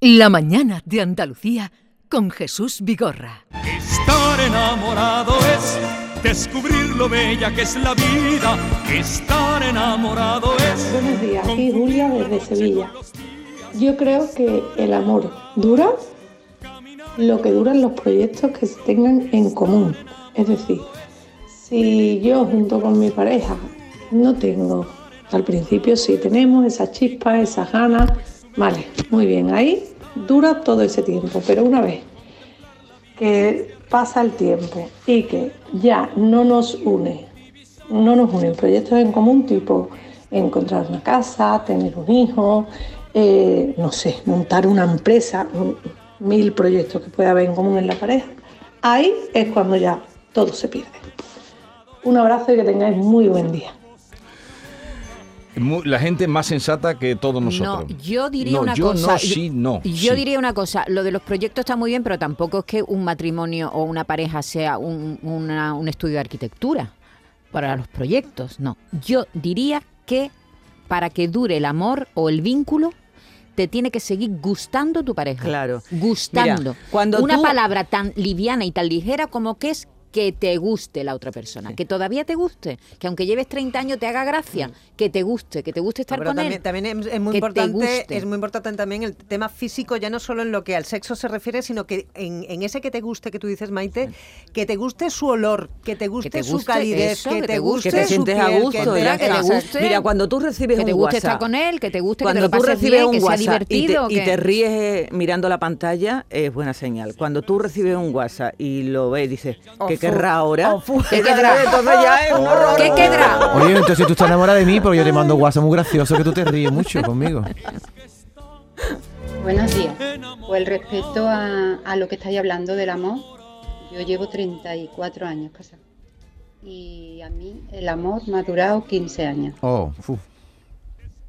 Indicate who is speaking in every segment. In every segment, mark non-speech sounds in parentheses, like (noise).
Speaker 1: La mañana de Andalucía con Jesús Vigorra.
Speaker 2: Estar enamorado es descubrir lo bella que es la vida. Estar enamorado es.
Speaker 3: Buenos días, aquí Julia desde Sevilla. Yo creo que el amor dura lo que duran los proyectos que se tengan en común. Es decir, si yo junto con mi pareja no tengo, al principio sí tenemos esa chispa, esa gana, vale, muy bien, ahí dura todo ese tiempo, pero una vez que pasa el tiempo y que ya no nos une, no nos unen proyectos en común tipo encontrar una casa, tener un hijo, eh, no sé, montar una empresa, mm, mil proyectos que puede haber en común en la pareja, ahí es cuando ya todo se pierde. Un abrazo y que tengáis muy buen día.
Speaker 4: Mu- La gente más sensata que todos nosotros.
Speaker 5: No, yo diría
Speaker 4: No,
Speaker 5: una
Speaker 4: yo
Speaker 5: cosa.
Speaker 4: No, sí, no.
Speaker 5: Yo
Speaker 4: sí.
Speaker 5: diría una cosa. Lo de los proyectos está muy bien, pero tampoco es que un matrimonio o una pareja sea un, una- un estudio de arquitectura para los proyectos. No. Yo diría que para que dure el amor o el vínculo. Te tiene que seguir gustando tu pareja.
Speaker 6: Claro.
Speaker 5: Gustando.
Speaker 6: Mira, cuando
Speaker 5: Una
Speaker 6: tú-
Speaker 5: palabra tan liviana y tan ligera como que es que te guste la otra persona. Que todavía te guste. Que aunque lleves 30 años te haga gracia. Que te guste. Que te guste estar
Speaker 6: Pero
Speaker 5: con
Speaker 6: también,
Speaker 5: él.
Speaker 6: también es, es muy
Speaker 5: que te
Speaker 6: importante,
Speaker 5: guste.
Speaker 6: es muy importante también el tema físico, ya no solo en lo que al sexo se refiere, sino que en, en ese que te guste, que tú dices, Maite, que te guste su olor, que te guste,
Speaker 5: te
Speaker 6: su
Speaker 5: guste
Speaker 6: calidez,
Speaker 5: eso,
Speaker 6: que, te
Speaker 5: Sí,
Speaker 6: guste su
Speaker 7: que te sientes a
Speaker 6: piel,
Speaker 7: gusto
Speaker 6: que
Speaker 7: y
Speaker 6: te-
Speaker 7: ya
Speaker 5: que te
Speaker 7: está.
Speaker 5: guste.
Speaker 7: Mira, cuando tú recibes
Speaker 5: Que te
Speaker 7: un
Speaker 5: guste
Speaker 7: WhatsApp,
Speaker 5: estar con él, que te guste, que
Speaker 7: cuando
Speaker 5: te lo
Speaker 7: tú
Speaker 5: pases
Speaker 7: recibes
Speaker 5: bien,
Speaker 7: un
Speaker 5: que sea
Speaker 7: WhatsApp y te,
Speaker 5: divertido,
Speaker 7: y
Speaker 5: que-
Speaker 7: te ríes eh, mirando la pantalla, es buena señal. Cuando tú recibes un WhatsApp y lo ves, dices, ¿qué querrá ahora?
Speaker 5: ¿Qué querrá?
Speaker 7: Entonces ya es un
Speaker 5: (laughs)
Speaker 7: horror.
Speaker 5: ¿Qué quedará?
Speaker 8: Oye, entonces tú estás enamorada de mí, pero yo te mando WhatsApp muy gracioso que tú te ríes mucho conmigo.
Speaker 9: Buenos días. Pues respecto a, a lo que estáis hablando del amor, yo llevo 34 años casada. Y a mí el amor me ha durado 15 años.
Speaker 8: Oh, fu.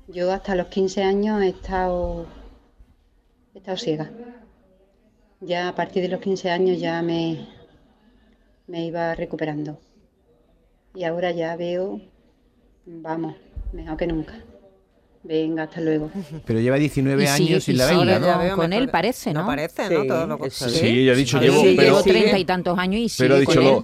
Speaker 9: Yo hasta los 15 años he estado, he estado ciega. Ya a partir de los 15 años ya me, me iba recuperando. Y ahora ya veo, vamos, mejor que nunca. Venga, hasta luego.
Speaker 8: Pero lleva 19
Speaker 5: Y sigue-
Speaker 8: años sin
Speaker 5: y
Speaker 8: la
Speaker 5: sigue
Speaker 8: vela,
Speaker 5: con-
Speaker 8: ¿no?
Speaker 6: Ya veo
Speaker 5: con
Speaker 6: mejor.
Speaker 5: él parece, ¿no?
Speaker 6: parece, ¿no?
Speaker 7: Sí,
Speaker 6: Todo lo que-
Speaker 7: sí.
Speaker 4: Sí, ella ha dicho,
Speaker 7: Sí,
Speaker 4: llevo.
Speaker 7: sí,
Speaker 4: pero,
Speaker 5: llevo
Speaker 7: sigue.
Speaker 5: treinta y tantos años y sigue
Speaker 4: pero ha dicho
Speaker 5: con
Speaker 4: lo.
Speaker 5: él.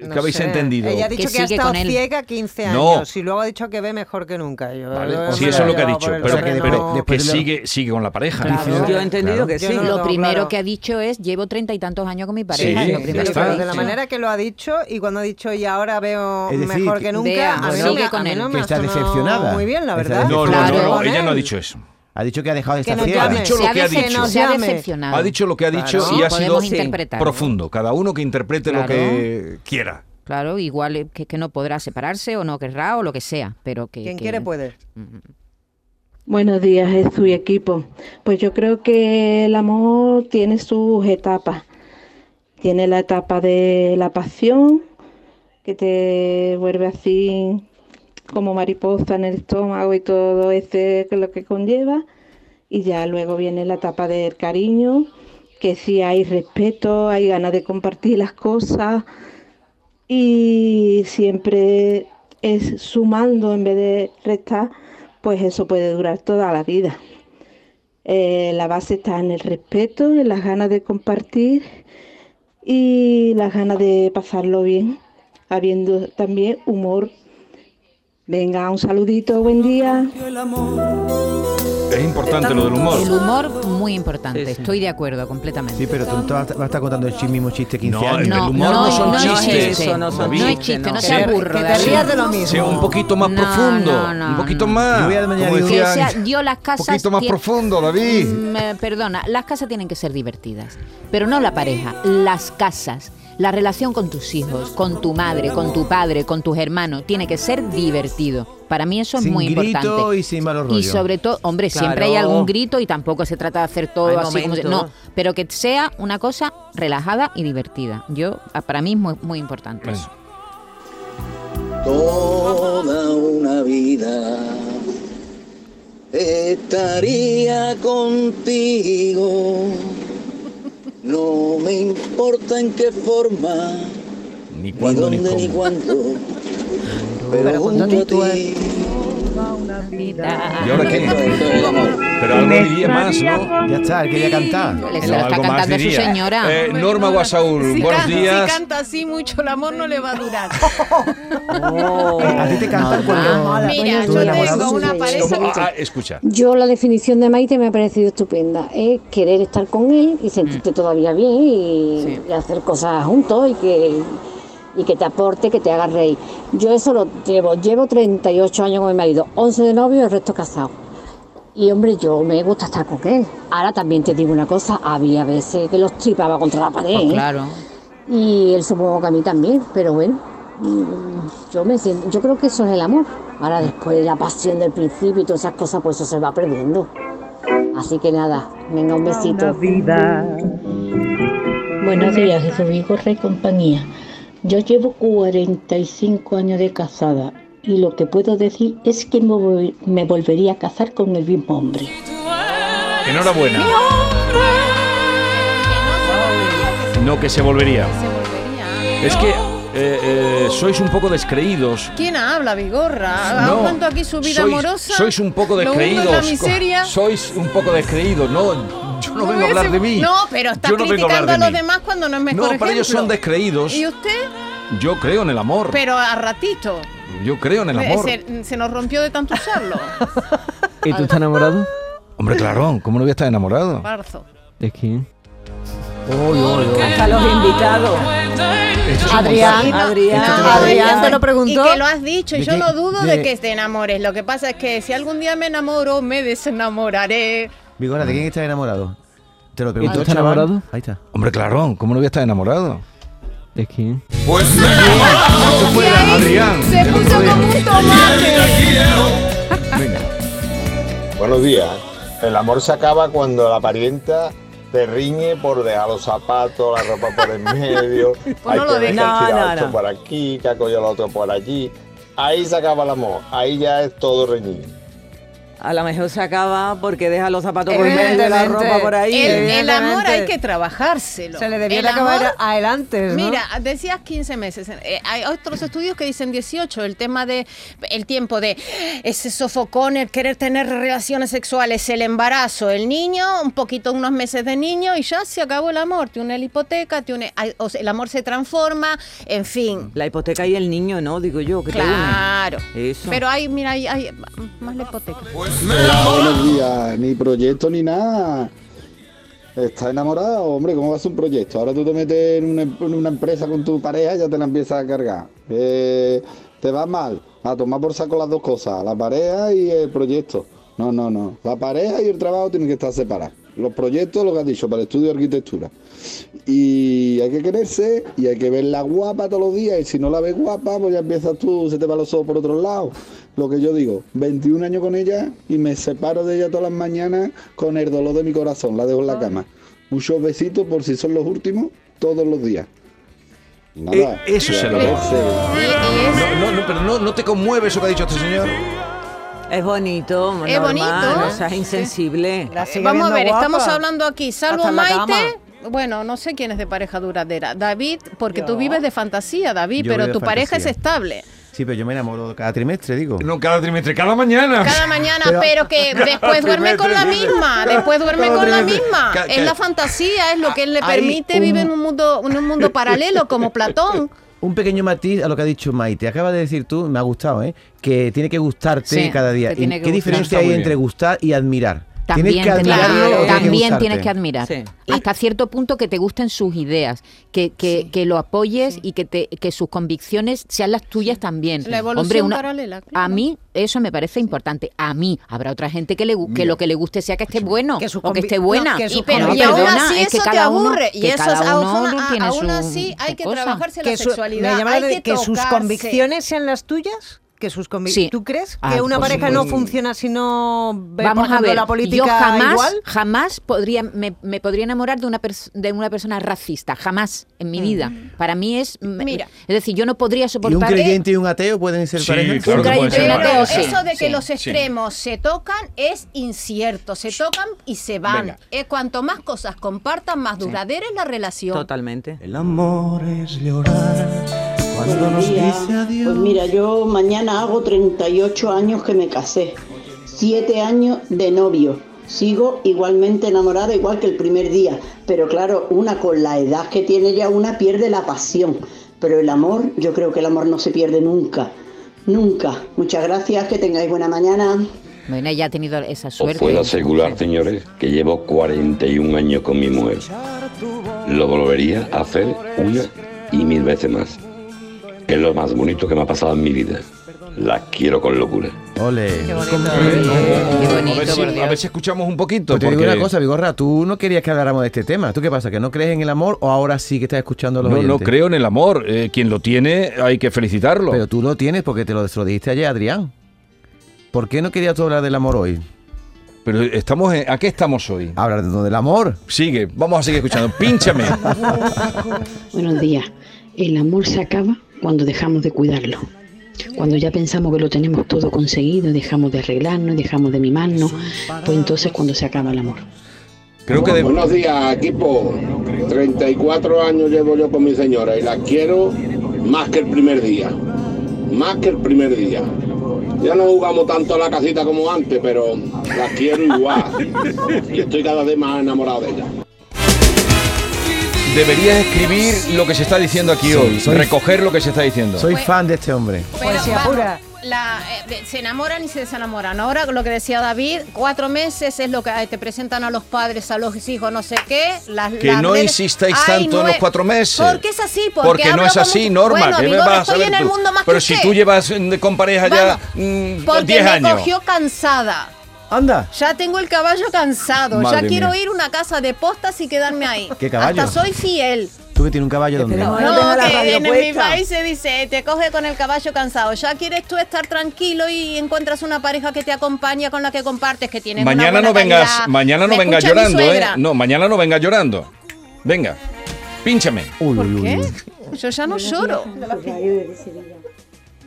Speaker 4: ¿Qué
Speaker 6: no
Speaker 4: habéis
Speaker 6: sé.
Speaker 4: entendido?
Speaker 6: Ella ha dicho
Speaker 5: Que
Speaker 6: que, ha
Speaker 5: sigue
Speaker 6: estado
Speaker 5: con él.
Speaker 6: ciega 15
Speaker 4: No.
Speaker 6: años y luego ha dicho que ve mejor que nunca. Yo,
Speaker 8: Vale,
Speaker 6: yo
Speaker 8: o
Speaker 6: me
Speaker 4: Sí,
Speaker 8: sea,
Speaker 6: la
Speaker 4: eso es lo que ha
Speaker 6: llevaba
Speaker 4: dicho.
Speaker 6: por el
Speaker 4: Pero,
Speaker 8: que-
Speaker 6: terreno.
Speaker 4: pero que
Speaker 8: después de lo-
Speaker 4: sigue, sigue con la pareja.
Speaker 5: Claro.
Speaker 7: Yo he entendido que
Speaker 6: Yo
Speaker 7: sí.
Speaker 6: no
Speaker 5: Lo
Speaker 6: no,
Speaker 5: primero
Speaker 6: claro.
Speaker 5: que ha dicho es llevo treinta y tantos años con mi pareja.
Speaker 4: Sí,
Speaker 5: lo
Speaker 4: ya
Speaker 5: primero que
Speaker 4: está.
Speaker 5: ha
Speaker 6: Pero de
Speaker 5: dicho.
Speaker 6: la manera que lo ha dicho y cuando ha dicho y ahora veo
Speaker 8: Es decir,
Speaker 6: mejor
Speaker 8: que-
Speaker 6: que nunca,
Speaker 5: Vea,
Speaker 6: a mí
Speaker 5: sigue
Speaker 6: no me-
Speaker 5: con
Speaker 6: a mí
Speaker 5: él.
Speaker 6: no me
Speaker 8: Que
Speaker 6: ha
Speaker 8: está
Speaker 6: sonado
Speaker 8: decepcionada.
Speaker 6: muy bien, la
Speaker 8: Está
Speaker 6: verdad.
Speaker 4: No, no,
Speaker 5: Claro.
Speaker 4: no, no, ella no ha dicho eso.
Speaker 8: Ha dicho que ha dejado de
Speaker 6: Que
Speaker 8: estar
Speaker 6: nos
Speaker 8: ciega.
Speaker 4: Ha
Speaker 6: llame.
Speaker 4: dicho
Speaker 5: se
Speaker 4: lo
Speaker 5: ha,
Speaker 4: que ha
Speaker 5: dece-
Speaker 4: dicho.
Speaker 5: se ha
Speaker 6: Llame.
Speaker 5: decepcionado.
Speaker 4: Ha dicho lo que ha dicho
Speaker 5: Claro,
Speaker 4: y ha sido
Speaker 5: podemos interpretar.
Speaker 4: profundo. Cada uno que interprete lo
Speaker 5: Claro.
Speaker 4: que quiera.
Speaker 5: Claro, igual eh, que, que no podrá separarse o no querrá o lo que sea, pero que...
Speaker 6: Quien
Speaker 5: que-
Speaker 6: quiere puede.
Speaker 10: Buenos días, Jesús y equipo. Pues yo creo que el amor tiene sus etapas. Tiene la etapa de la pasión, que te vuelve así como mariposa en el estómago y todo ese que lo que conlleva. Y ya luego viene la etapa del cariño, que si hay respeto, hay ganas de compartir las cosas y siempre es sumando en vez de restar, pues eso puede durar toda la vida. Eh, la base está en el respeto, en las ganas de compartir y las ganas de pasarlo bien, habiendo también humor. Venga, un saludito, buen día.
Speaker 4: Es importante lo del
Speaker 5: El
Speaker 4: humor.
Speaker 5: humor, muy importante.
Speaker 7: Sí, sí.
Speaker 5: estoy de acuerdo completamente.
Speaker 8: Sí, pero tú no vas a estar contando el chi- mismo chiste 15
Speaker 4: No,
Speaker 8: años.
Speaker 4: el
Speaker 5: No,
Speaker 4: humor no,
Speaker 5: no,
Speaker 4: son
Speaker 5: no es
Speaker 4: chistes.
Speaker 5: chiste,
Speaker 7: no son
Speaker 4: David.
Speaker 7: chistes,
Speaker 5: No es chiste, no
Speaker 7: no.
Speaker 5: sea
Speaker 6: Que-
Speaker 5: burro.
Speaker 6: que te
Speaker 5: David.
Speaker 6: rías de lo mismo.
Speaker 4: Sea un poquito más
Speaker 5: No,
Speaker 4: profundo.
Speaker 5: no, no,
Speaker 4: un poquito
Speaker 5: no.
Speaker 4: más.
Speaker 8: Yo voy a añadir
Speaker 4: como
Speaker 8: un-
Speaker 5: que
Speaker 4: decían,
Speaker 5: sea, yo las casas
Speaker 4: Un poquito más
Speaker 5: tien-
Speaker 4: profundo, David.
Speaker 5: Mm, eh, perdona, las casas tienen que ser divertidas, pero no la pareja, las casas, la relación con tus hijos, con tu madre, con tu padre, con tus hermanos, tiene que ser divertido. Para mí eso es
Speaker 8: Sin
Speaker 5: muy
Speaker 8: grito
Speaker 5: importante.
Speaker 8: y sin malos
Speaker 5: Y
Speaker 8: rollos.
Speaker 5: sobre todo, hombre,
Speaker 7: Claro.
Speaker 5: siempre hay algún grito y tampoco se trata de hacer todo
Speaker 7: Hay
Speaker 5: así como se-
Speaker 7: momentos.
Speaker 5: no, pero que sea una cosa relajada y divertida. Yo a- para mí es muy, muy importante.
Speaker 4: Bueno.
Speaker 5: eso.
Speaker 11: Toda una vida estaría contigo. No me importa en qué forma, ni
Speaker 4: Ni cuándo ni
Speaker 11: dónde ni
Speaker 4: cómo.
Speaker 11: cuánto. Pero junto a ti
Speaker 4: ¿Y ahora qué? Pero algo diría más, ¿no?
Speaker 8: Ya está, él quería cantar.
Speaker 5: Se lo está
Speaker 4: algo más
Speaker 5: cantando su
Speaker 4: diría.
Speaker 5: señora.
Speaker 4: Eh, Norma Guasaúl,
Speaker 12: Si,
Speaker 4: buenos
Speaker 12: can- si
Speaker 4: días.
Speaker 12: canta así mucho, el amor no le va a durar.
Speaker 7: Eh,
Speaker 8: A ti te canta el cuando...
Speaker 12: Mira,
Speaker 13: Tú
Speaker 12: yo
Speaker 13: enamorado.
Speaker 12: tengo una pareja
Speaker 4: No,
Speaker 12: que-
Speaker 4: ah, ah, escucha.
Speaker 13: Yo la definición de Maite me ha parecido estupenda. Es querer estar con él y sentirte
Speaker 5: Mm.
Speaker 13: todavía bien y, y hacer cosas juntos y que, y que te aporte, que te haga reír. Yo eso lo llevo. Llevo 38 años con mi marido, 11 de novio y el resto casado. Y hombre, yo me gusta estar con él. Ahora también te digo una cosa, había veces que los tripaba contra la pared.
Speaker 5: Pues
Speaker 13: ¿eh?
Speaker 5: claro.
Speaker 13: Y él supongo que a mí también, pero bueno, mm, yo me siento, yo creo que eso es el amor. Ahora después la pasión del principio y todas esas cosas, pues eso se va perdiendo. Así que nada, venga un besito.
Speaker 14: Buenos días, Jesús Vigorra y compañía. Yo llevo 45 años de casada y lo que puedo decir es que me vol- me volvería a casar con el mismo hombre.
Speaker 4: Enhorabuena. No, que se volvería. Es que eh, eh, sois un poco descreídos.
Speaker 12: ¿Quién habla, Vigorra? ¿Ha
Speaker 4: No,
Speaker 12: contado aquí su vida
Speaker 4: sois,
Speaker 12: amorosa?
Speaker 4: sois un poco
Speaker 12: Lo hunde en
Speaker 4: descreídos.
Speaker 12: la miseria.
Speaker 4: Sois un poco descreídos. No, yo no vengo a hablar de mí.
Speaker 12: No, pero estás
Speaker 4: Yo no vengo a hablar
Speaker 12: criticando
Speaker 4: de
Speaker 12: a los
Speaker 4: mí.
Speaker 12: demás cuando no es mejor
Speaker 4: No, pero ellos
Speaker 12: ejemplo.
Speaker 4: son descreídos.
Speaker 12: ¿Y usted?
Speaker 4: Yo creo en el amor.
Speaker 12: Pero a ratito.
Speaker 4: Yo creo en el amor.
Speaker 12: Se, se nos rompió de tanto usarlo.
Speaker 4: ¿Y tú estás enamorado? Hombre, claro. ¿Cómo no voy a estar enamorado?
Speaker 12: Barzo.
Speaker 4: ¿De quién? Oy, oy, oy.
Speaker 7: Hasta los invitados.
Speaker 4: Esto es un
Speaker 7: Adrián,
Speaker 4: montón.
Speaker 7: Adrián,
Speaker 4: Esto te lo-
Speaker 7: Adrián te lo
Speaker 12: Y que lo has dicho, y
Speaker 4: ¿De
Speaker 12: yo
Speaker 4: qué?
Speaker 12: no dudo de...
Speaker 4: ¿De-
Speaker 12: que te enamores. Lo que pasa es que si algún día me enamoro, me desenamoraré.
Speaker 8: Vigora, ¿de quién estás enamorado? Te lo pregunto,
Speaker 4: estás
Speaker 8: chaval.
Speaker 4: enamorado?
Speaker 8: Ahí está.
Speaker 4: Hombre, claro. ¿Cómo no voy a estar enamorado? ¿De quién? Pues
Speaker 12: ahí
Speaker 4: Adrián.
Speaker 12: Se puso como un tomate.
Speaker 15: Buenos días. El amor se acaba cuando la parienta te riñe por dejar los zapatos, la ropa por en medio. hay
Speaker 7: no lo
Speaker 15: que ver que
Speaker 7: digas.
Speaker 15: has
Speaker 7: No,
Speaker 15: tirado
Speaker 7: no,
Speaker 15: esto
Speaker 7: no.
Speaker 15: por aquí, que ha cogido el otro por allí. Ahí se acaba el amor. Ahí ya es todo reñido.
Speaker 7: A lo mejor se acaba porque deja los zapatos por medio de
Speaker 6: (laughs)
Speaker 7: la
Speaker 6: Evidentemente.
Speaker 7: ropa por ahí.
Speaker 12: El, el amor
Speaker 6: Evidentemente.
Speaker 12: hay que trabajárselo.
Speaker 6: Se le debía
Speaker 12: El
Speaker 6: de acabar
Speaker 12: amor-
Speaker 6: adelante. ¿no?
Speaker 12: Mira, decías 15 meses. Eh, hay otros estudios que dicen 18. El tema de el tiempo de ese sofocón, el querer tener relaciones sexuales, el embarazo, el niño, un poquito, unos meses de niño y ya se acabó el amor. Te une la hipoteca, te une, ay, o sea, el amor se transforma, en fin.
Speaker 7: La hipoteca y el niño, ¿no? Digo yo, que te une.
Speaker 12: Claro.
Speaker 7: Eso.
Speaker 12: Pero hay, mira, hay, hay más la hipoteca.
Speaker 16: Hola, buenos días. ah, Ni proyecto ni nada. Está enamorado, hombre, ¿cómo vas a un proyecto? Ahora tú te metes en una, en una empresa con tu pareja y ya te la empiezas a cargar. Eh, te va mal, a tomar por saco las dos cosas, la pareja y el proyecto. No, no, no. La pareja y el trabajo tienen que estar separados. Los proyectos, lo que has dicho, para el estudio de arquitectura. Y hay que quererse y hay que verla guapa todos los días. Y si no la ves guapa, pues ya empiezas tú, se te va los ojos por otro lado. Lo que yo digo, 21 años con ella y me separo de ella todas las mañanas con el dolor de mi corazón. La dejo en la cama. Muchos besitos por si son los últimos todos los días. Nada,
Speaker 4: Eh, eso es el amor. No, no, no, pero no, no te conmueve eso que ha dicho este señor.
Speaker 7: Es bonito,
Speaker 12: Es
Speaker 7: normal,
Speaker 12: bonito.
Speaker 7: No seas
Speaker 6: Eh,
Speaker 7: insensible.
Speaker 12: Vamos a ver, estamos hablando aquí, salvo
Speaker 7: Hasta en la
Speaker 12: Maite. Bueno, no sé quién es de pareja duradera. David, porque
Speaker 8: Yo.
Speaker 12: tú vives de fantasía, David,
Speaker 8: Yo
Speaker 12: pero
Speaker 8: vivo de
Speaker 12: tu pareja es
Speaker 8: fantasía.
Speaker 12: estable.
Speaker 8: Sí, pero yo me enamoro cada trimestre, digo.
Speaker 4: No, cada trimestre, cada mañana.
Speaker 12: Cada mañana, pero, que después duerme con la
Speaker 8: trimestre,
Speaker 12: misma,
Speaker 8: dice.
Speaker 12: después duerme
Speaker 8: Cada
Speaker 12: con la
Speaker 8: trimestre.
Speaker 12: misma.
Speaker 8: Ca-
Speaker 12: Es
Speaker 8: ca-
Speaker 12: la fantasía, es lo que él le
Speaker 8: hay
Speaker 12: permite
Speaker 8: Ah, un-
Speaker 12: vivir en un mundo, en un mundo paralelo como Platón.
Speaker 8: Un pequeño matiz a lo que ha dicho Maite. Acaba de decir tú, me ha gustado, ¿eh? Que tiene que gustarte
Speaker 5: Sí,
Speaker 8: cada día.
Speaker 5: te tiene
Speaker 8: ¿Y
Speaker 5: que
Speaker 8: ¿Qué
Speaker 5: gustar.
Speaker 8: diferencia
Speaker 5: Está
Speaker 8: hay
Speaker 5: muy
Speaker 8: entre
Speaker 5: bien.
Speaker 8: gustar y admirar?
Speaker 5: También,
Speaker 8: tienes que
Speaker 5: te-
Speaker 8: admirarlo o tienes que
Speaker 5: también
Speaker 8: gustarte?
Speaker 5: tienes que admirar. Hasta cierto punto que te gusten sus ideas, que, que, que lo apoyes y que, te, que sus convicciones sean las tuyas también.
Speaker 12: La evolución
Speaker 5: Hombre, una-
Speaker 12: paralela. claro.
Speaker 5: A mí eso me parece importante. A mí habrá otra gente que le gu- que lo que le guste sea que esté bueno o que esté
Speaker 12: No,
Speaker 5: buena.
Speaker 12: que sus
Speaker 5: Y pero-
Speaker 12: convi-
Speaker 5: y
Speaker 12: y aún
Speaker 5: perdona,
Speaker 12: así
Speaker 5: es que
Speaker 12: eso te
Speaker 5: cada uno-
Speaker 12: aburre. y
Speaker 5: que
Speaker 12: eso
Speaker 5: cada
Speaker 12: es- aún,
Speaker 5: uno tiene
Speaker 12: aún
Speaker 5: su-
Speaker 12: así hay
Speaker 5: su
Speaker 12: que
Speaker 5: cosa.
Speaker 12: trabajarse la
Speaker 6: que su-
Speaker 12: sexualidad.
Speaker 6: me llama la
Speaker 12: hay
Speaker 6: de-
Speaker 12: que,
Speaker 6: que sus
Speaker 12: tocarse.
Speaker 6: convicciones sean las tuyas. Que sus convic-
Speaker 5: Sí.
Speaker 6: ¿Tú crees que
Speaker 5: Ah,
Speaker 6: una
Speaker 5: por
Speaker 6: pareja no
Speaker 5: supuesto.
Speaker 6: funciona si no ve,
Speaker 5: Vamos
Speaker 6: por ejemplo,
Speaker 5: a ver,
Speaker 6: la política
Speaker 5: yo jamás,
Speaker 6: igual?
Speaker 5: jamás podría, me, me podría enamorar de una, pers- de una persona racista, jamás en
Speaker 12: Mm.
Speaker 5: mi vida. Para mí es... Mira. Es decir, yo no podría
Speaker 8: ¿Y un
Speaker 5: soportar...
Speaker 8: creyente y un ateo pueden ser
Speaker 4: Sí,
Speaker 8: pareja?
Speaker 4: claro que pueden ser
Speaker 12: Pero
Speaker 4: pareja.
Speaker 12: eso de que
Speaker 4: Sí,
Speaker 12: los
Speaker 4: sí.
Speaker 12: extremos se tocan es incierto. Se tocan y se van.
Speaker 7: Venga.
Speaker 12: Eh, cuanto más cosas compartan, más duradera es la relación.
Speaker 7: Totalmente.
Speaker 17: El amor es llorar cuando
Speaker 18: Buenos
Speaker 17: nos
Speaker 18: días.
Speaker 17: dice adiós.
Speaker 18: Pues mira, yo mañana hago 38 años que me casé. Siete años de novio. Sigo igualmente enamorada, igual que el primer día. Pero claro, una con la edad que tiene ya una pierde la pasión. Pero el amor, yo creo que el amor no se pierde nunca. Nunca. Muchas gracias, que tengáis buena mañana.
Speaker 5: Bueno, ella ha tenido esa
Speaker 19: Os
Speaker 5: suerte.
Speaker 19: puedo asegurar, señores, que llevo 41 años con mi mujer. Lo volvería a hacer una y mil veces más. Es lo más bonito que me ha pasado en mi vida. La quiero con locura.
Speaker 8: Ole.
Speaker 4: a, ver si, a ver si escuchamos un poquito.
Speaker 8: Pues te digo
Speaker 4: porque-
Speaker 8: una cosa, Vigorra, tú no querías que habláramos de este tema. ¿Tú qué pasa? ¿Que no crees en el amor o ahora sí que estás escuchando a los
Speaker 4: No, no
Speaker 8: oyentes?
Speaker 4: creo en el amor. Eh, quien lo tiene hay que felicitarlo.
Speaker 8: Pero tú lo tienes porque te lo, se lo dijiste ayer, Adrián. ¿Por qué no querías tú hablar del amor hoy?
Speaker 4: Pero estamos en- ¿a qué estamos hoy?
Speaker 8: Hablar de- del amor.
Speaker 4: Sigue, vamos a seguir escuchando.
Speaker 8: (laughs)
Speaker 4: Pínchame.
Speaker 20: Buenos días. El amor se acaba cuando dejamos de cuidarlo. Cuando ya pensamos que lo tenemos todo conseguido, dejamos de arreglarnos, dejamos de mimarnos, pues entonces cuando se acaba el amor.
Speaker 4: Creo que de-
Speaker 16: Buenos días, equipo. 34 años llevo yo con mi señora y la quiero más que el primer día. Más que el primer día. Ya no jugamos tanto a la casita como antes, pero la quiero igual. Y estoy cada vez más enamorado de ella.
Speaker 4: Deberías escribir lo que se está diciendo aquí
Speaker 8: Sí,
Speaker 4: hoy.
Speaker 8: soy-
Speaker 4: Recoger lo que se está diciendo.
Speaker 8: Soy
Speaker 7: Pues-
Speaker 8: fan de este hombre.
Speaker 6: Poesía
Speaker 12: vamos,
Speaker 6: pura.
Speaker 12: la- eh, de- se enamoran y se desenamoran. Ahora lo que decía David, cuatro meses es lo que eh, te presentan a los padres, a los hijos, no sé qué. Las,
Speaker 4: Que
Speaker 12: las
Speaker 4: no
Speaker 12: redes-
Speaker 4: insistáis
Speaker 12: Ay,
Speaker 4: tanto en
Speaker 12: no
Speaker 4: los
Speaker 12: es-
Speaker 4: cuatro meses.
Speaker 12: Porque es así, porque,
Speaker 4: Porque no
Speaker 12: hablo
Speaker 4: es
Speaker 12: con
Speaker 4: así,
Speaker 12: mucha-
Speaker 4: Norma.
Speaker 12: Bueno,
Speaker 4: ¿qué me
Speaker 12: Vigor,
Speaker 4: vas a
Speaker 12: estoy
Speaker 4: saber
Speaker 12: en el
Speaker 4: tú?
Speaker 12: mundo más
Speaker 4: Pero
Speaker 12: que
Speaker 4: si
Speaker 12: usted.
Speaker 4: tú llevas mm, de- con pareja ya mm,
Speaker 12: Porque
Speaker 4: 10
Speaker 12: me
Speaker 4: años.
Speaker 12: cogió cansada.
Speaker 8: Anda.
Speaker 12: Ya tengo el caballo cansado.
Speaker 8: Madre
Speaker 12: ya quiero
Speaker 8: mía.
Speaker 12: ir a una casa de postas y quedarme ahí.
Speaker 8: ¿Qué caballo?
Speaker 12: Hasta soy fiel.
Speaker 8: Tú que tienes un caballo donde.
Speaker 12: No, que en mi país se dice, te coge con el caballo cansado. Ya quieres tú estar tranquilo y encuentras una pareja que te acompaña, con la que compartes, que tienen una
Speaker 4: Mañana
Speaker 12: buena
Speaker 4: no vengas,
Speaker 12: calidad.
Speaker 4: mañana no
Speaker 12: Me
Speaker 4: vengas
Speaker 12: escucha mi
Speaker 4: llorando, ¿eh?
Speaker 12: suegra.
Speaker 4: No, mañana no vengas llorando. Venga, pínchame.
Speaker 12: ¿Qué? Yo ya no lloro.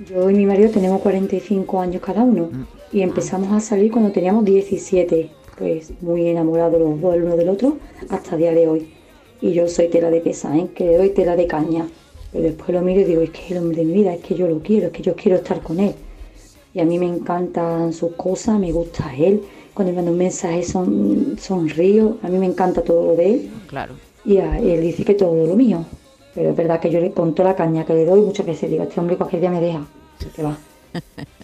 Speaker 21: Yo y mi marido tenemos 45 años cada uno y empezamos a salir cuando teníamos 17, pues muy enamorados los dos el uno del otro hasta el día de hoy. Y yo soy tela de pesa, ¿eh? que le doy tela de caña. Pero después lo miro y digo, es que es el hombre de mi vida, es que yo lo quiero, es que yo quiero estar con él. Y a mí me encantan sus cosas, me gusta él. Cuando me manda un mensaje son, sonrío, a mí me encanta todo lo de él.
Speaker 5: Claro.
Speaker 21: Y a- él dice que todo lo mío. Pero es verdad que yo le con toda la caña que le doy, muchas veces digo, este hombre cualquier día me deja. Se que va.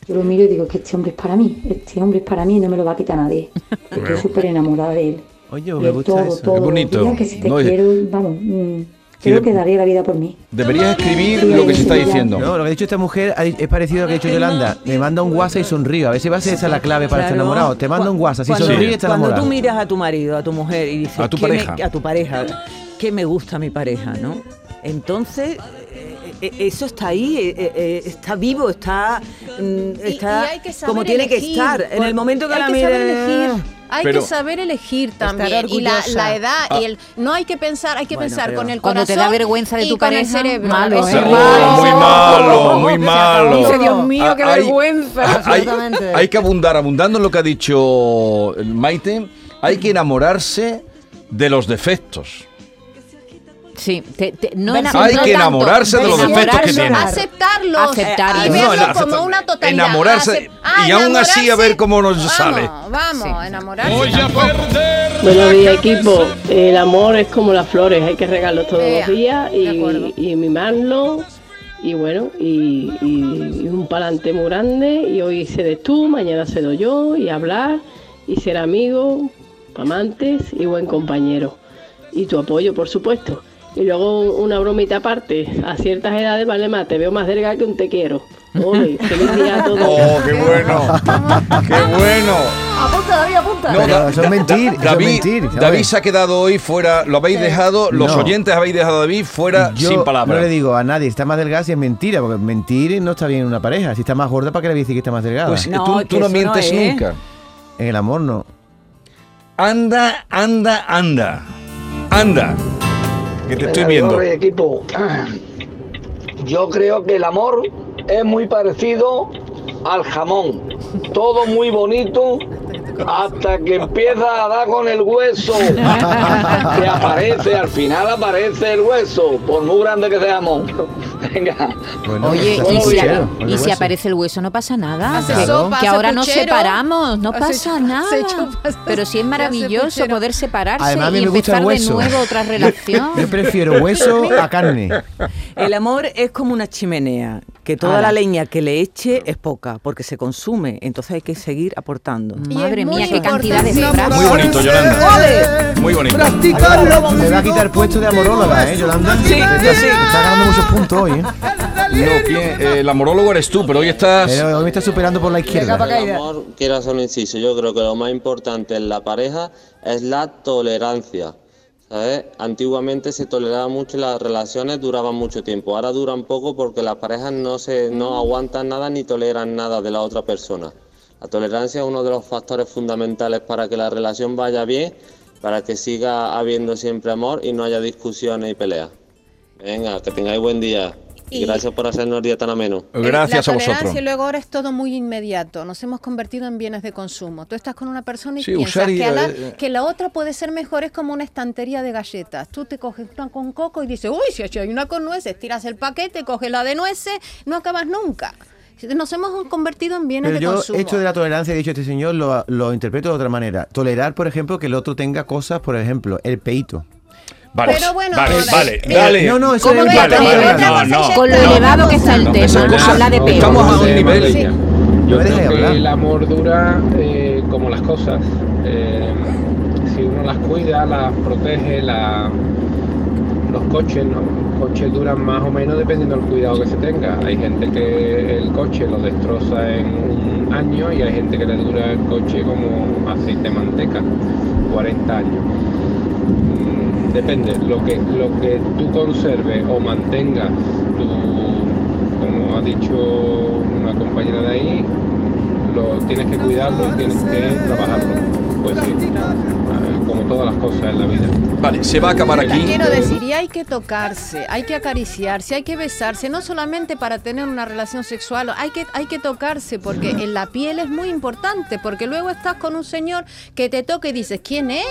Speaker 21: Yo lo miro y digo que este hombre es para mí, este hombre es para mí y no me lo va a quitar nadie. Estoy
Speaker 4: Bueno.
Speaker 21: súper enamorada de él.
Speaker 8: Oye,
Speaker 21: Y
Speaker 8: me
Speaker 21: él
Speaker 8: gusta
Speaker 21: todo,
Speaker 8: eso.
Speaker 21: todo
Speaker 4: Es
Speaker 21: lo
Speaker 4: bonito.
Speaker 21: día que si te
Speaker 4: No, y-
Speaker 21: quiero, vamos, mm,
Speaker 4: Sí,
Speaker 21: creo
Speaker 4: de-
Speaker 21: que daría la vida por mí.
Speaker 4: Deberías escribir lo que se está diciendo.
Speaker 8: No, lo que ha dicho esta mujer ha di- es parecido a lo que ha dicho Yolanda. Me manda un WhatsApp y sonrío. A veces va a ser esa la clave para estar
Speaker 7: Claro.
Speaker 8: enamorado. Te manda un WhatsApp, si
Speaker 7: Cuando-
Speaker 8: sonríe, está
Speaker 7: Cuando tú
Speaker 8: enamorado.
Speaker 7: miras a tu marido, a tu mujer y dices
Speaker 8: A tu
Speaker 7: "¿Qué me-
Speaker 8: pareja".
Speaker 7: a tu pareja, que me gusta mi pareja, ¿no? Entonces eh, eh, eso está ahí, eh, eh, está vivo, está, mm,
Speaker 12: Y-
Speaker 7: está
Speaker 12: y hay que saber
Speaker 7: como tiene que
Speaker 12: elegir,
Speaker 7: estar. En el
Speaker 12: porque
Speaker 7: momento que
Speaker 12: hay
Speaker 7: la
Speaker 12: que saber
Speaker 7: mire-
Speaker 12: elegir, Hay
Speaker 7: Pero-
Speaker 12: que saber elegir también. Y la,
Speaker 5: orgullosa.
Speaker 12: la edad
Speaker 5: Ah.
Speaker 12: y el. No hay que pensar, hay que
Speaker 5: Bueno,
Speaker 12: pensar
Speaker 5: pero-
Speaker 12: con el corazón.
Speaker 5: Cuando te da vergüenza de
Speaker 12: y
Speaker 5: tu
Speaker 12: con
Speaker 5: pareja,
Speaker 12: el cerebro.
Speaker 5: malo,
Speaker 12: Eso
Speaker 5: ¿eh?
Speaker 12: es
Speaker 5: Oh,
Speaker 12: malo.
Speaker 4: muy malo, muy malo.
Speaker 5: Dice, Dios mío, qué
Speaker 4: Ah, hay-
Speaker 5: vergüenza.
Speaker 4: Hay, hay que abundar, abundando en lo que ha dicho eh, Maite, hay que enamorarse de los defectos.
Speaker 5: Sí, te- te- no
Speaker 4: Hay
Speaker 5: enamorarse
Speaker 4: que enamorarse de los defectos que tiene. Ah,
Speaker 12: Aceptarlos,
Speaker 5: Aceptarlos.
Speaker 12: y
Speaker 4: No,
Speaker 12: verlo
Speaker 4: aceptar-
Speaker 12: como una totalidad.
Speaker 4: Enamorarse.
Speaker 12: Acep- Ah,
Speaker 4: y aún así a ver cómo nos sale.
Speaker 12: Vamos, enamorarse.
Speaker 22: Buenos días, equipo. El amor es como las flores, hay que regarlo todos
Speaker 12: Vea,
Speaker 22: los días y, y mimarlo. Y bueno, y, y- y un palante muy grande. Y hoy cedes tú, mañana cedo yo. Y hablar, y ser amigo, amantes y buen compañero. Y tu apoyo, por supuesto. Y luego una bromita aparte. A ciertas edades, vale más, te veo más delgada que un te quiero. Ole, feliz día a todos.
Speaker 4: (laughs) Oh, qué bueno. qué bueno.
Speaker 6: Apunta, David, apunta.
Speaker 4: No, da-
Speaker 8: eso es mentir, eso es
Speaker 4: David,
Speaker 8: mentir, a
Speaker 4: David
Speaker 8: ver.
Speaker 4: se ha quedado hoy fuera. Lo habéis
Speaker 8: Sí.
Speaker 4: dejado, los
Speaker 8: No.
Speaker 4: oyentes habéis dejado a David fuera
Speaker 8: Yo
Speaker 4: sin palabras.
Speaker 8: no le digo a nadie, está más delgada si es mentira, porque mentir no está bien en una pareja. Si está más gorda, ¿para qué le voy a decir que está más delgada?
Speaker 4: Pues No, tú- que tú no eso no mientes es. ¿eh? nunca.
Speaker 8: En el amor no.
Speaker 4: Anda, anda, anda. Anda. Que te estoy
Speaker 23: Venga,
Speaker 4: viendo.
Speaker 23: Torre, equipo. Yo creo que el amor es muy parecido al jamón. Todo muy bonito, hasta que empieza a dar con el hueso. que aparece, al final aparece el hueso, por muy grande que seamos. Venga.
Speaker 8: Pues
Speaker 5: Oye, y si,
Speaker 23: Obvio.
Speaker 5: y si aparece el hueso no pasa nada.
Speaker 23: Hace Claro. sopa,
Speaker 5: que
Speaker 23: hace
Speaker 5: ahora nos
Speaker 23: puchero,
Speaker 5: separamos, no
Speaker 23: hace
Speaker 5: pasa
Speaker 23: chupa-
Speaker 5: nada.
Speaker 23: hace chupa-
Speaker 5: Pero sí es maravilloso
Speaker 23: puchero.
Speaker 5: poder separarse
Speaker 8: Además, a mí
Speaker 5: y
Speaker 8: me gusta
Speaker 5: empezar
Speaker 8: el
Speaker 5: de
Speaker 8: hueso.
Speaker 5: nuevo otra relación.
Speaker 8: Yo prefiero hueso a carne.
Speaker 4: (laughs)
Speaker 7: El amor es como una chimenea, que toda
Speaker 5: Ala.
Speaker 7: la leña que le eche es poca, porque se consume, entonces hay que seguir aportando.
Speaker 5: Madre mía, qué
Speaker 7: importante
Speaker 5: cantidad de frases.
Speaker 7: Muy bonito, Yolanda.
Speaker 4: Muy bonito.
Speaker 8: Le va a quitar el puesto de amoróloga, ¿eh, Yolanda?
Speaker 4: Sí, yo sí.
Speaker 8: Está ganando muchos puntos hoy, ¿eh?
Speaker 4: No, ¿quién? Eh, el amorólogo eres tú, pero hoy estás.
Speaker 8: Pero hoy me está superando por la izquierda.
Speaker 1: El amor, quiero hacer un inciso, yo creo que lo más importante en la pareja es la tolerancia. ¿sabes? Antiguamente se toleraba mucho y las relaciones duraban mucho tiempo. Ahora duran poco porque las parejas no, se, no aguantan nada ni toleran nada de la otra persona. La tolerancia es uno de los factores fundamentales para que la relación vaya bien, para que siga habiendo siempre amor y no haya discusiones y peleas. Venga, que tengáis buen día. Y,
Speaker 12: Y-
Speaker 1: gracias por hacernos el día tan ameno.
Speaker 8: eh,
Speaker 4: Gracias
Speaker 12: la
Speaker 4: a vosotros.
Speaker 12: tolerancia y luego ahora es todo muy inmediato. Nos hemos convertido en bienes de consumo. Tú estás con una persona y
Speaker 4: Sí,
Speaker 12: piensas
Speaker 4: usar y-
Speaker 12: que, a la,
Speaker 4: eh,
Speaker 12: que la otra puede ser mejor. Es como una estantería de galletas. Tú te coges una con coco y dices, uy, si hay una con nueces, tiras el paquete, coges la de nueces, no acabas nunca. Nos hemos convertido en bienes
Speaker 8: Pero
Speaker 12: de
Speaker 8: yo
Speaker 12: consumo.
Speaker 8: esto de la tolerancia, he dicho este señor, lo, lo interpreto de otra manera. Tolerar, por ejemplo, que el otro tenga cosas, por ejemplo, el peito.
Speaker 4: Vale, Pero bueno, vale, no, vale, eh, dale.
Speaker 8: No, no, eso
Speaker 4: ¿Cómo
Speaker 8: es
Speaker 4: lo
Speaker 8: importante.
Speaker 4: vale, vale,
Speaker 8: Yolanda.
Speaker 4: no, no,
Speaker 5: Con lo
Speaker 4: no,
Speaker 5: elevado que está el
Speaker 4: no,
Speaker 5: tema,
Speaker 4: esas cosas-
Speaker 5: habla de peor.
Speaker 4: Estamos a un
Speaker 2: Tema de
Speaker 4: nivel.
Speaker 2: ella. Yo creo que el amor dura eh, como las cosas. Eh, si uno las cuida, las protege, la- los coches, ¿no? Los coches duran más o menos dependiendo del cuidado que se tenga. Hay gente que el coche lo destroza en un año y hay gente que le dura el coche como aceite de manteca, 40 años. Mm, Depende, lo que, lo que tú conserves o mantengas tu, como ha dicho una compañera de ahí, lo tienes que cuidarlo y tienes que trabajarlo. Pues sí, ah, como todas las cosas en la vida.
Speaker 4: Vale, se va a acabar
Speaker 2: aquí.
Speaker 12: La quiero decir, y hay que tocarse, hay que acariciarse, hay que besarse, no solamente para tener una relación sexual, hay que, hay que tocarse porque en la piel es muy importante, porque luego estás con un señor que te toca y dices, ¿quién es?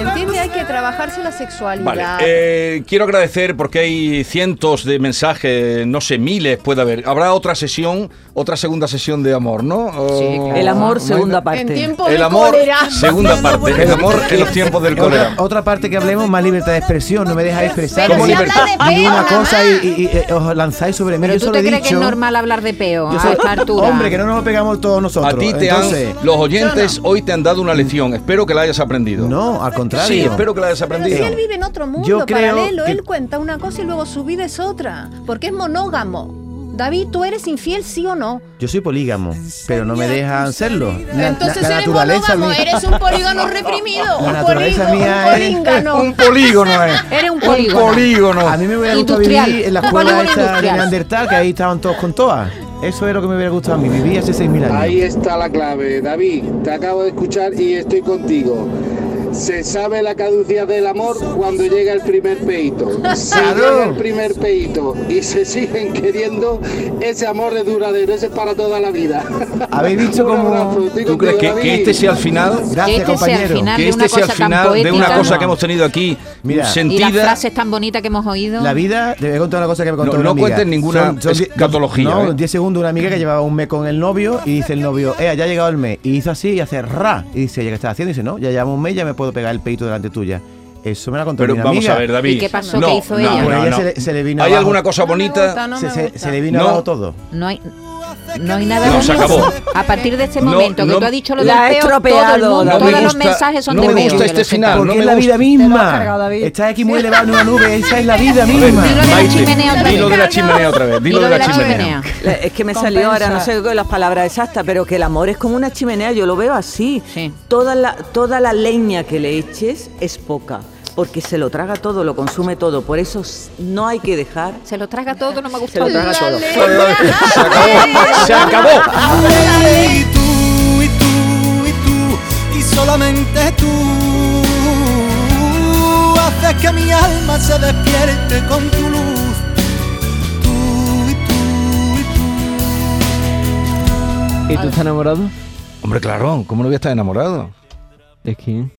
Speaker 12: ¿Entiendes? Hay que trabajarse la
Speaker 4: Vale,
Speaker 12: sexualidad.
Speaker 4: eh, quiero agradecer porque hay cientos de mensajes, no sé, miles puede haber. Habrá otra sesión, otra segunda sesión de amor, ¿no? O-
Speaker 7: El amor, segunda parte.
Speaker 12: En tiempo
Speaker 4: El
Speaker 12: de
Speaker 4: amor,
Speaker 12: cólera.
Speaker 4: segunda parte. El amor en los tiempos del
Speaker 8: Otra,
Speaker 4: cólera.
Speaker 8: otra parte que hablemos, más libertad de expresión. No me dejáis expresar
Speaker 5: Pero si habla de
Speaker 8: ni una
Speaker 5: peo,
Speaker 8: cosa y, y- y, eh, os lanzáis sobre mí.
Speaker 5: Pero
Speaker 8: yo
Speaker 5: tú
Speaker 8: solo
Speaker 5: te
Speaker 8: he
Speaker 5: crees que
Speaker 8: dicho,
Speaker 5: es normal hablar de peo ah,
Speaker 8: yo
Speaker 5: a
Speaker 8: solo-
Speaker 5: esta altura.
Speaker 8: Hombre, que no nos lo pegamos todos nosotros.
Speaker 4: A ti te
Speaker 8: Entonces-
Speaker 4: han, los oyentes hoy te han dado una lección. Espero que la hayas aprendido.
Speaker 8: No, al contrario.
Speaker 4: Sí, espero que la hayas
Speaker 12: Pero si
Speaker 4: aprendido.
Speaker 12: él vive en otro mundo
Speaker 4: Yo creo
Speaker 12: paralelo,
Speaker 4: que-
Speaker 12: él cuenta una cosa y luego su vida es otra, porque es monógamo. David, ¿tú eres infiel sí o no?
Speaker 8: Yo soy polígamo, pero no me dejan serlo. La,
Speaker 12: Entonces
Speaker 8: la- la
Speaker 12: eres
Speaker 8: naturaleza
Speaker 12: monógamo,
Speaker 8: mía-
Speaker 12: eres un polígono
Speaker 8: (laughs)
Speaker 12: reprimido.
Speaker 8: La
Speaker 12: un
Speaker 8: naturaleza
Speaker 12: polígono,
Speaker 8: mía
Speaker 12: un
Speaker 8: es
Speaker 12: polígono.
Speaker 8: un polígono.
Speaker 4: eh.
Speaker 5: (laughs)
Speaker 8: Es.
Speaker 5: Eres un polígono.
Speaker 8: A mí me hubiera gustado
Speaker 5: Industrial.
Speaker 8: vivir en la
Speaker 5: Un
Speaker 8: escuela
Speaker 5: polígono
Speaker 8: esa de
Speaker 5: industrial.
Speaker 8: Neandertal, que ahí estaban todos con todas. Eso es lo que me hubiera gustado a mí. Viví hace 6.000 años.
Speaker 1: Ahí está la clave, David. Te acabo de escuchar y estoy contigo. Se sabe la caducidad del amor cuando llega el primer peito.
Speaker 4: (laughs)
Speaker 1: Si llega el primer peito y se siguen queriendo, ese amor es duradero, ese es para toda la vida.
Speaker 8: ¿Habéis
Speaker 1: (laughs)
Speaker 8: visto cómo...?
Speaker 4: ¿Tú crees que, que este sea el final?
Speaker 8: Gracias, Que este sea el compañero. final
Speaker 4: Que
Speaker 8: de una
Speaker 4: este sea el
Speaker 8: cosa tan
Speaker 4: final de una
Speaker 8: poética.
Speaker 4: cosa que
Speaker 8: No.
Speaker 4: hemos tenido aquí
Speaker 8: Mira.
Speaker 5: Y las
Speaker 4: sentida.
Speaker 5: frases tan bonitas que hemos oído.
Speaker 8: La vida, te voy a contar una cosa que me contó
Speaker 4: No-
Speaker 8: una
Speaker 4: no
Speaker 8: amiga.
Speaker 4: cuentes ninguna
Speaker 8: die-
Speaker 4: escatología,
Speaker 8: No,
Speaker 4: ¿eh?
Speaker 8: 10 segundos, una amiga que llevaba un mes con el novio y dice el novio, eh, ya ha llegado el mes. Y hizo así y hace ra. Y dice, ¿ya qué estás haciendo? Y dice, no, ya llevamos un mes, ya me puedo pegar el peito delante tuya. Eso me lo ha contado
Speaker 4: Pero
Speaker 8: mi
Speaker 4: vamos
Speaker 8: amiga.
Speaker 4: a ver, David.
Speaker 5: ¿Y qué pasó?
Speaker 4: No,
Speaker 5: ¿Qué hizo
Speaker 4: no,
Speaker 5: ella?
Speaker 4: no,
Speaker 8: Pues ella
Speaker 4: no.
Speaker 8: se le- se le vino
Speaker 4: ¿Hay
Speaker 8: abajo.
Speaker 4: alguna cosa bonita?
Speaker 5: no
Speaker 8: se,
Speaker 5: me
Speaker 8: se-
Speaker 5: gusta.
Speaker 8: se le vino
Speaker 4: No.
Speaker 8: abajo todo.
Speaker 5: No hay, no hay nada
Speaker 4: No, se
Speaker 5: bonito.
Speaker 4: acabó.
Speaker 5: A partir de este
Speaker 4: No,
Speaker 5: momento que
Speaker 4: no-
Speaker 5: tú has dicho lo del
Speaker 7: La ha
Speaker 5: peo, todo el
Speaker 7: estropeado,
Speaker 5: mundo,
Speaker 7: David.
Speaker 5: todos los
Speaker 7: No me gusta-
Speaker 5: mensajes son
Speaker 4: no
Speaker 5: de
Speaker 4: me
Speaker 5: peo.
Speaker 4: gusta este final.
Speaker 8: Porque
Speaker 4: no me
Speaker 8: es la vida
Speaker 4: gusta.
Speaker 8: misma. Estás aquí muy elevado en una nube, esa es la vida misma.
Speaker 4: Maite,
Speaker 5: chimenea otra
Speaker 4: Dilo
Speaker 5: vez.
Speaker 4: de la chimenea otra vez. Dilo de la chimenea.
Speaker 7: La- Es que me salió ahora, no sé las palabras exactas, pero que el amor es como una chimenea, yo lo veo así. Toda, la, toda la leña que le eches es poca, porque se lo traga todo, lo consume todo. Por eso s- no hay que dejar.
Speaker 5: Se lo traga todo, no me gusta.
Speaker 7: Se lo traga todo.
Speaker 4: Se acabó. Se acabó.
Speaker 3: Y tú, y tú, y tú, y solamente tú haces que mi alma se despierte con tu luz.
Speaker 24: ¿Y tú estás enamorado?
Speaker 4: Hombre, claro, ¿cómo no voy a estar enamorado?
Speaker 25: ¿De quién?